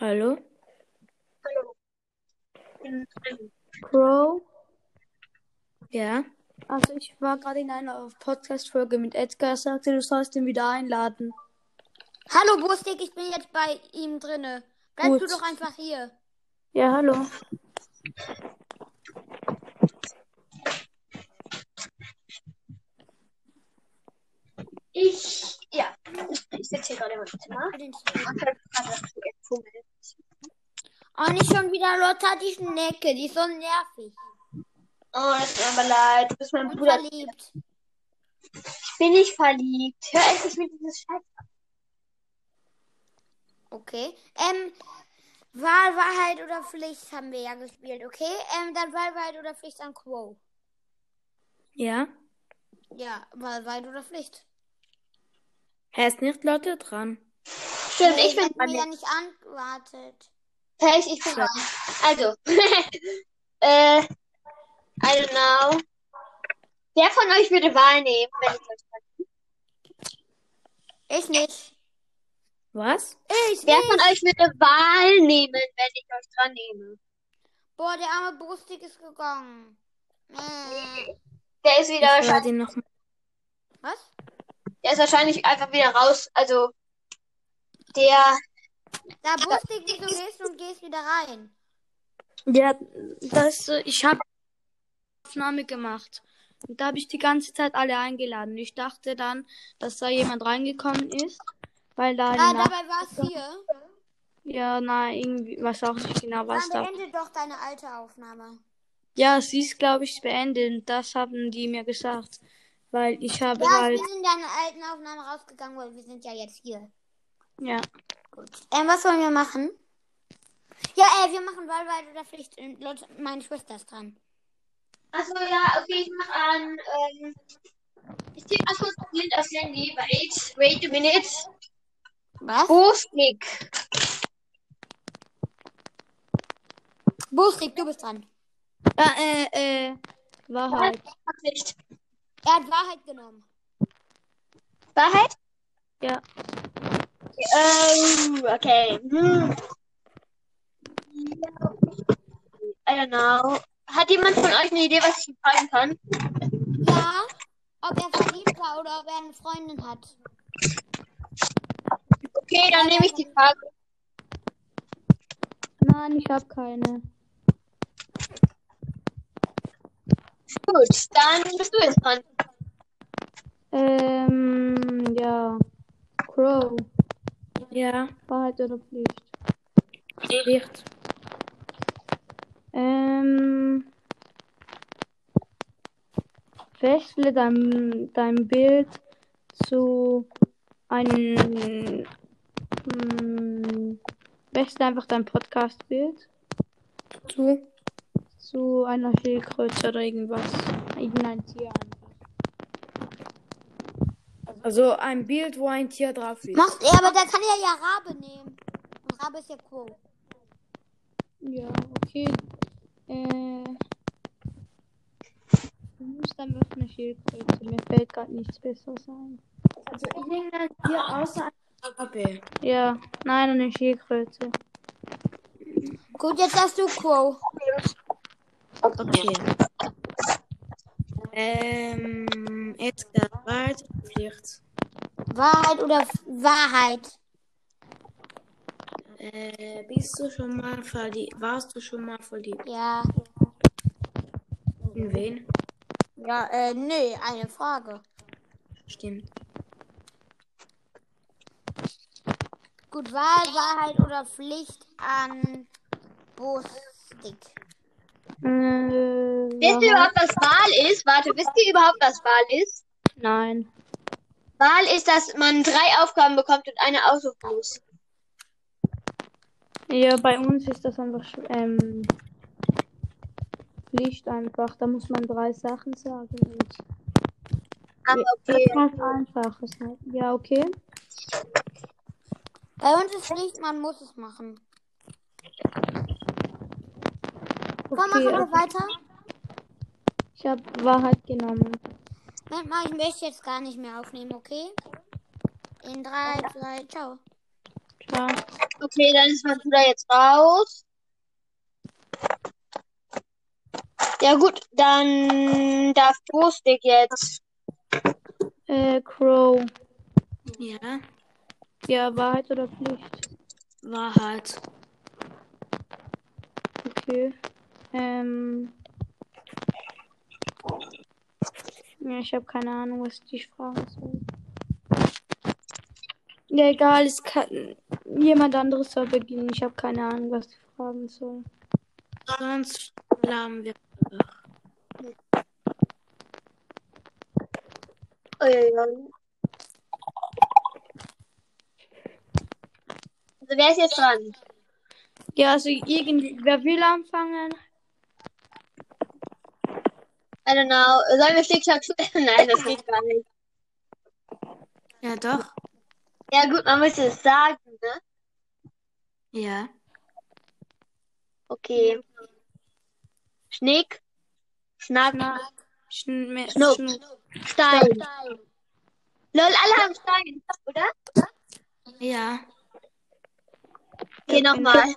Hallo? Hallo. In- Bro? Ja, Also ich war gerade in einer Podcast-Folge mit Edgar. Er sagte, du sollst ihn wieder einladen. Hallo Bustig, ich bin jetzt bei ihm drinne. Bleib Gut. du doch einfach hier. Ja, hallo. ich, ja, ich sitze hier gerade im Zimmer. Auch nicht schon wieder Lotta die Schnecke, die ist so nervig Oh, es tut mir leid, du bist mein und Bruder. verliebt. Ich bin nicht verliebt. Hör endlich mit dieses Scheiß. Okay. Ähm, Wahl, Wahrheit oder Pflicht haben wir ja gespielt, okay? Ähm, dann Wahl, Wahrheit oder Pflicht an Quo. Ja? Ja, Wahl, Wahrheit oder Pflicht. Er ist nicht Lotte dran. Stimmt, ich bin hab mir ja nicht antwortet. fertig, ich bin dran. Also, äh, I don't know. Wer von euch würde Wahl nehmen, wenn ich euch frage? Ich nicht. Was? Ich Wer nicht. von euch würde Wahl nehmen, wenn ich euch dran nehme? Boah, der arme Brustig ist gegangen. Äh, Der ist wieder Ich wahrscheinlich, werde ihn noch was? der ist wahrscheinlich einfach wieder raus. Also, der, Da Brustig, wieso gehst du und gehst wieder rein? Ja, das, äh, ich habe Aufnahme gemacht. Und da habe ich die ganze Zeit alle eingeladen. Ich dachte dann, dass da jemand reingekommen ist, weil da Ah, eine Nach dabei war es hier. ja, na, irgendwie, weiß auch nicht genau, was Dann da. beende doch deine alte Aufnahme. Ja, sie ist, glaube ich, beendet. Und Das haben die mir gesagt, weil ich habe Ja, halt, ich bin in deiner alten Aufnahme rausgegangen, weil wir sind ja jetzt hier. ja, Gut. Ähm, was wollen wir machen? Ja, äh, wir machen Wahlwald oder Pflicht. Und Leute, meine Schwester ist dran. achso, ja, okay, ich mach an, ähm, ich tippe erst kurz blind aufs Handy. Wait, wait a minute. Was? Bustig. Bustig, du bist dran. ah, äh, äh, Halt, Wahrheit. Absicht. Er hat Wahrheit genommen. Wahrheit? Ja, Ähm, okay. Hm. I don't know. Hat jemand von euch eine Idee, was ich ihn fragen kann? Ja, ob er verliebt war oder ob er eine Freundin hat. Okay, dann nehme ich die Frage. nein, ich habe keine. Gut, dann bist du jetzt dran. Ähm, ja. Crow, Ja, Wahrheit oder Pflicht? Pflicht. Ähm. Wechsle dein, dein Bild zu einem. mm, Wechsle einfach dein Podcast-Bild Du? zu einer Schildkröte oder irgendwas. Irgendein Tier einfach. Also ein Bild, wo ein Tier drauf ist. Macht er, aber da kann er ja Rabe nehmen. Und Rabe ist ja Quo. Ja, okay. Äh, du musst dann auf eine Schildkröte. Mir fällt gerade nichts Besseres ein. Also irgendein Tier außer ein Rabe. Ja, nein, eine Schildkröte. Gut, jetzt hast du Quo. Okay. Ähm, Edgar, Wahrheit oder Pflicht? Wahrheit oder F Wahrheit? Äh, bist du schon mal verliebt? Warst du schon mal verliebt? Ja. In wen? Ja, äh, nee, eine Frage. Stimmt. Gut, Wahl, Wahrheit oder Pflicht an Bustig? Äh, Wisst ihr Wahrheit? überhaupt, was Wahl ist? Warte, wisst ihr überhaupt, was Wahl ist? Nein. Wahl ist, dass man drei Aufgaben bekommt und eine aussuchen muss. Ja, bei uns ist das einfach sch- ähm, Pflicht einfach. Da muss man drei Sachen sagen. Und Ah, okay. was Einfaches. halt. Ja, okay. Bei uns ist Pflicht, man muss es machen. Komm, machen Okay, wir weiter. Ich habe Wahrheit genommen. Moment mal, ich möchte jetzt gar nicht mehr aufnehmen, okay? In drei, zwei, ciao. Ciao. Okay, dann ist mein Bruder jetzt raus. Ja gut, dann darf Prostig jetzt. Äh, Crow. Ja, Ja, Wahrheit oder Pflicht? Wahrheit. Okay. Ähm. Ja, ich habe keine Ahnung, was die Frage soll. Ja, egal, es kann. Jemand anderes soll beginnen. Ich habe keine Ahnung, was die Fragen sollen. Sonst lahmen wir. Uiuiui. Also wer ist jetzt dran? Ja, also irgendwie, wer will anfangen? I don't know. Sollen wir Stick, Schlag, Nein, das geht gar nicht. Ja, doch. Ja gut, man muss es sagen, ne? Ja. Okay. Schnick, Schnack, Schn Schnuck. Schnuck. Stein. Lol, alle haben Stein, oder? Ja. Okay, nochmal.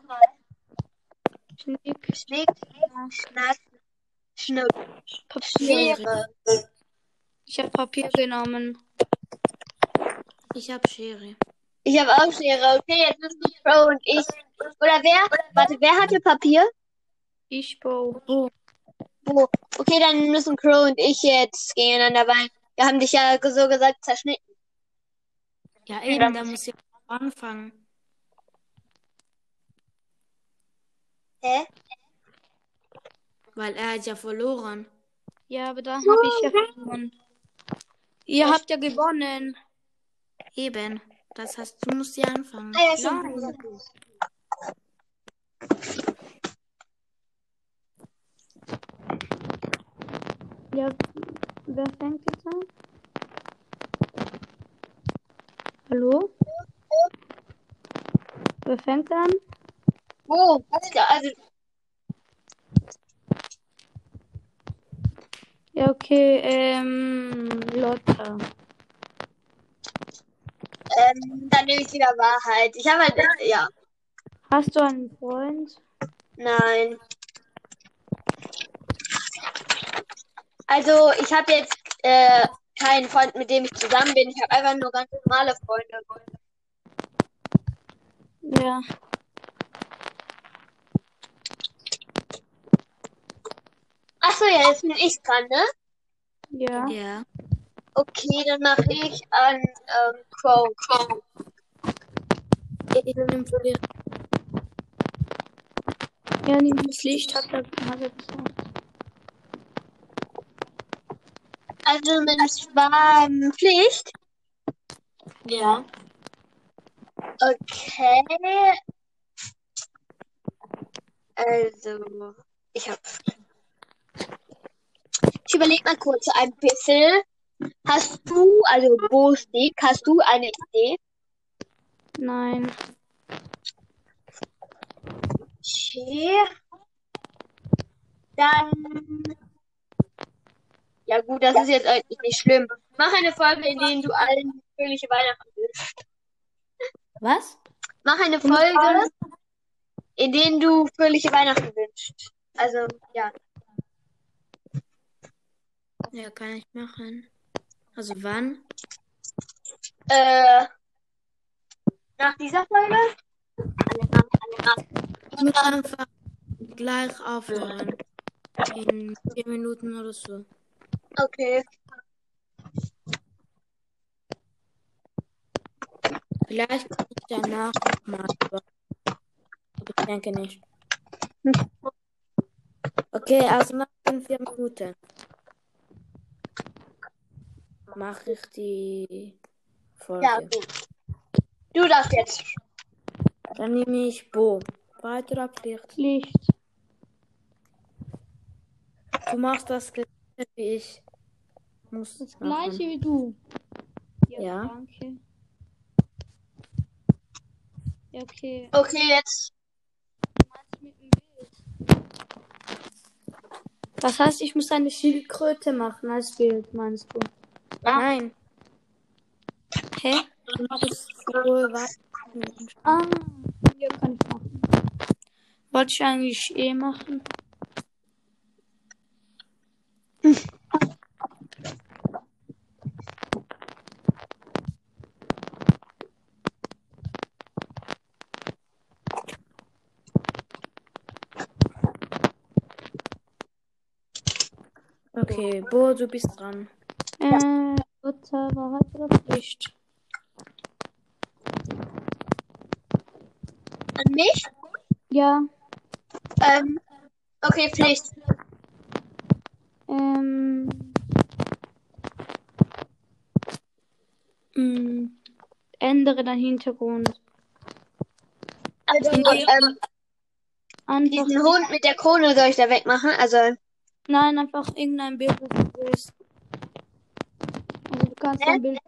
Schnick, Schnick, Schnack, Schnuck, Papier. Schere. Ich habe Papier genommen. Ich habe Schere. Ich habe auch Schere. Okay, jetzt müssen Pro und ich. Oder wer? Warte, wer hatte Papier? Ich, Bo. Wo? Okay, dann müssen Crow und ich jetzt gegeneinander weinen. Wir haben dich ja so gesagt zerschnitten. Ja, eben, da muss ich anfangen. Hä? Weil er hat ja verloren. Ja, aber da habe ich ja verloren. Ihr habt ja gewonnen. Eben. Das heißt, du musst ja anfangen. Ah ja, schon. Ja, wer fängt jetzt an? Hallo? Wer fängt an? Wo? Also, Ja, okay, ähm, Lotta. ähm, dann nehme ich wieder Wahrheit. Ich habe halt, ja, Hast du einen Freund? nein. Also, ich habe jetzt äh, keinen Freund, mit dem ich zusammen bin. Ich habe einfach nur ganz normale Freunde. Ja. Achso, ja, jetzt bin ich dran, ne? Ja. Ja. Okay, dann mache ich an ähm, Crow. Crow. Ja, die Pflicht hat er, hat er gesagt. Also, das war ähm, Pflicht. Ja. Okay. Also, ich hab. Ich überlege mal kurz ein bisschen. Hast du, also Bostik, hast du eine Idee? Nein. Okay. Dann. Ja, gut, das ist jetzt eigentlich nicht schlimm. Mach eine Folge, in der du allen fröhliche Weihnachten wünschst. Was? Mach eine Folge, in der du fröhliche Weihnachten wünschst. Also, ja. Ja, kann ich machen. Also wann? Äh, nach dieser Folge? Ich muss einfach gleich aufhören. In vier Minuten oder so. Okay. Vielleicht kann ich danach nochmal. Aber aber ich denke nicht. Okay, also nach den vier Minuten mache ich die Folge. Ja, okay. Du darfst jetzt. Dann nehme ich Bo. Weiterer Pflicht. Pflicht. Du machst das gleiche wie ich. Musst Das machen. gleiche wie du. Ja. Danke. Ja, okay. Okay, jetzt. Das heißt, ich muss eine Schildkröte machen als Bild, meinst du? Nein. Hä? Du machst wohl Weihnachten. Ah, Ja, kann ich machen. Wollte ich eigentlich eh machen. Okay, Bo, du bist dran. Äh, Butter, Wahrheit oder Pflicht? An mich? Ja, Ähm, okay, Pflicht. ähm. Mm, ändere deinen Hintergrund. Also, ähm, Einfach, diesen Hund mit der Krone soll ich da wegmachen. Also, nein, einfach irgendein Bild, das du willst. Also du kannst ein Bild.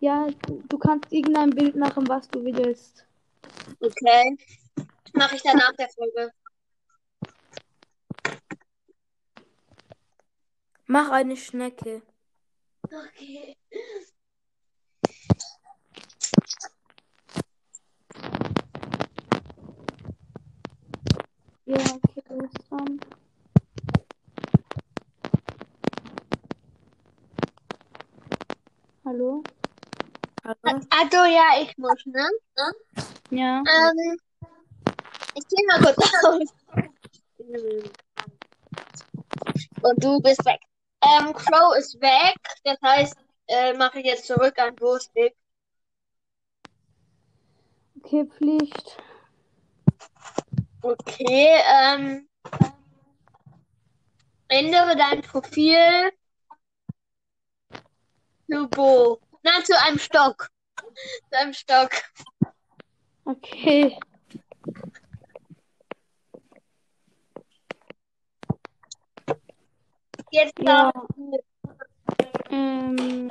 Ja, du kannst irgendein Bild machen, was du willst. okay. Mache ich dann nach der Folge. Mach eine Schnecke. Okay. Ja, okay, du bist dran. Hallo? Hallo? Also, ja, ich muss, ne? Ja. Ähm, ich gehe mal kurz aus. Und du bist weg. Ähm, Crow ist weg. Das heißt, äh, mache ich jetzt zurück an Wurstweg. Okay, Pflicht. Okay, ähm. Ändere dein Profil zu Bo. Nein, zu einem Stock. Zu einem Stock. Okay. Jetzt Ja. darf- Ähm.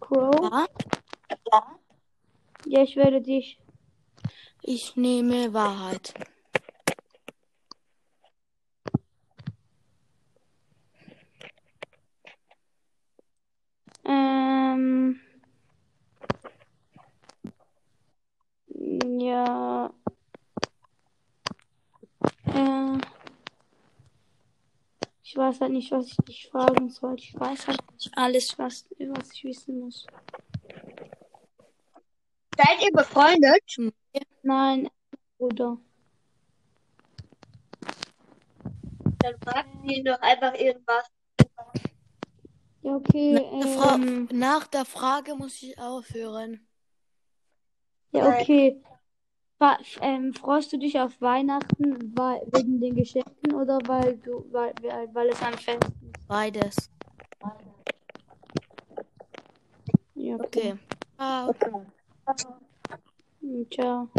Crow? Ja? Ja, ich werde dich. Ich nehme Wahrheit. Ähm. Ja. Äh. Ich weiß halt nicht, was ich dich fragen soll. Ich weiß halt nicht alles, was, was ich wissen muss. Seid ihr befreundet? Nein, Bruder. Dann fragt ihn doch einfach irgendwas. Ja, okay. Fra- Ähm, Nach der Frage muss ich aufhören. ja, okay. Fa- ähm, freust du dich auf Weihnachten weil, wegen den Geschenken oder weil du weil, weil, weil es ein Fest ist? Beides. Ja, Okay. Ah, okay. Ciao.